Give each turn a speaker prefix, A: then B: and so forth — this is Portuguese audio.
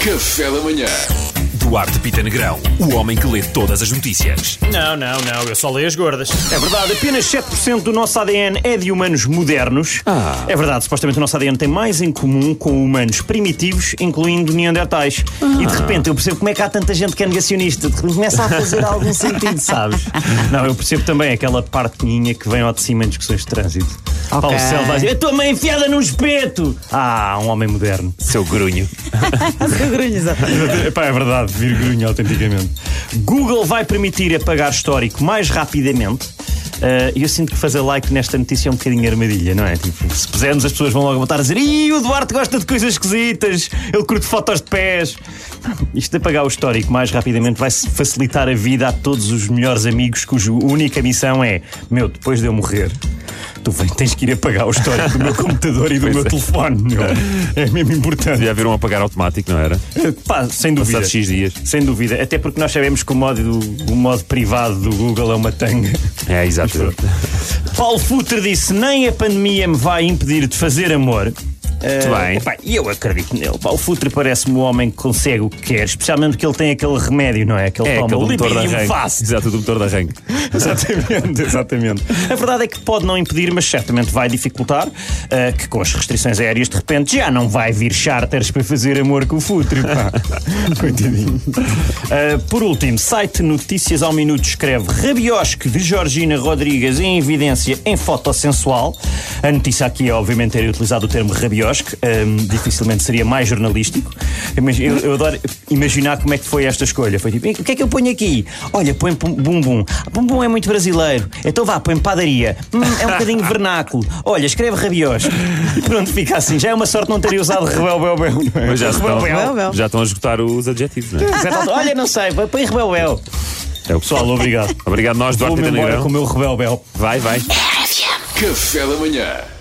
A: Café da manhã.
B: Duarte Pita Negrão, o homem que lê todas as notícias.
C: Não, não, não, eu só leio as gordas. É verdade, apenas 7% do nosso ADN é de humanos modernos. É verdade, supostamente o nosso ADN tem mais em comum com humanos primitivos, incluindo neandertais. E de repente eu percebo como é que há tanta gente que é negacionista. De repente começa a fazer algum sentido, sabes? Não, eu percebo também aquela parte minha que vem ao de cima em discussões de trânsito. Paulo Selva vai dizer, eu estou meio enfiada num espeto! Ah, um homem moderno.
B: Seu grunho.
C: Epá, é verdade, virgulhinho autenticamente. Google vai permitir apagar histórico mais rapidamente. Ah, E eu sinto que fazer like nesta notícia é um bocadinho armadilha, não é? Tipo, se pusermos, as pessoas vão logo voltar a dizer: Ih, o Duarte gosta de coisas esquisitas, ele curte fotos de pés. Isto de apagar o histórico mais rapidamente vai facilitar a vida a todos os melhores amigos, cuja única missão é: Meu, depois de eu morrer, tu vem- tens que ir apagar o histórico do meu computador e do meu telefone, meu. É mesmo importante.
B: Devia haver um apagar automático, não era?
C: Pá, sem dúvida.
B: Passados X dias.
C: Sem dúvida. Até porque nós sabemos que o modo, do- o modo privado do Google é uma tanga.
B: É, exato.
C: Paulo Futre disse: nem a pandemia me vai impedir de fazer amor. Muito
B: bem.
C: E eu acredito nele. Paulo Futre parece-me um homem que consegue o que quer, especialmente porque ele tem aquele remédio, não é? Que ele
B: É,
C: toma
B: aquele
C: o
B: motor de
C: Libidium
B: arranque.
C: Fast.
B: Exato, do motor de arranque.
C: Exatamente, exatamente. A verdade é que pode não impedir, mas certamente vai dificultar ah, que com as restrições aéreas de repente já não vai vir charters para fazer amor com o futre. pá. Coitadinho. Ah, por último, site Notícias ao Minuto escreve Rabiosque de Georgina Rodrigues em evidência em foto sensual. A notícia aqui é obviamente ter utilizado o termo rabiosque, ah, dificilmente seria mais jornalístico. Imag- Eu, eu adoro imaginar como é que foi esta escolha. Foi tipo, o que é que eu ponho aqui? Olha, põe bumbum. Ah, Bumbum é muito brasileiro. Então vá, põe padaria. Hum, é um bocadinho vernáculo. Olha, escreve rabiosque. E Pronto, fica assim. Já é uma sorte não terem usado rebelbelbel, não é?
B: Mas já
D: Rebel.
B: estão, já estão a esgotar os adjetivos, não é?
C: Certo, Olha, não sei, põe rebelbel.
B: É o
C: Pessoal, obrigado.
B: Obrigado, nós, Duarte
C: Vou-me
B: Pita
C: embora com o
B: Negrão.
C: meu rebelbel.
B: Vai, vai.
A: Café da manhã.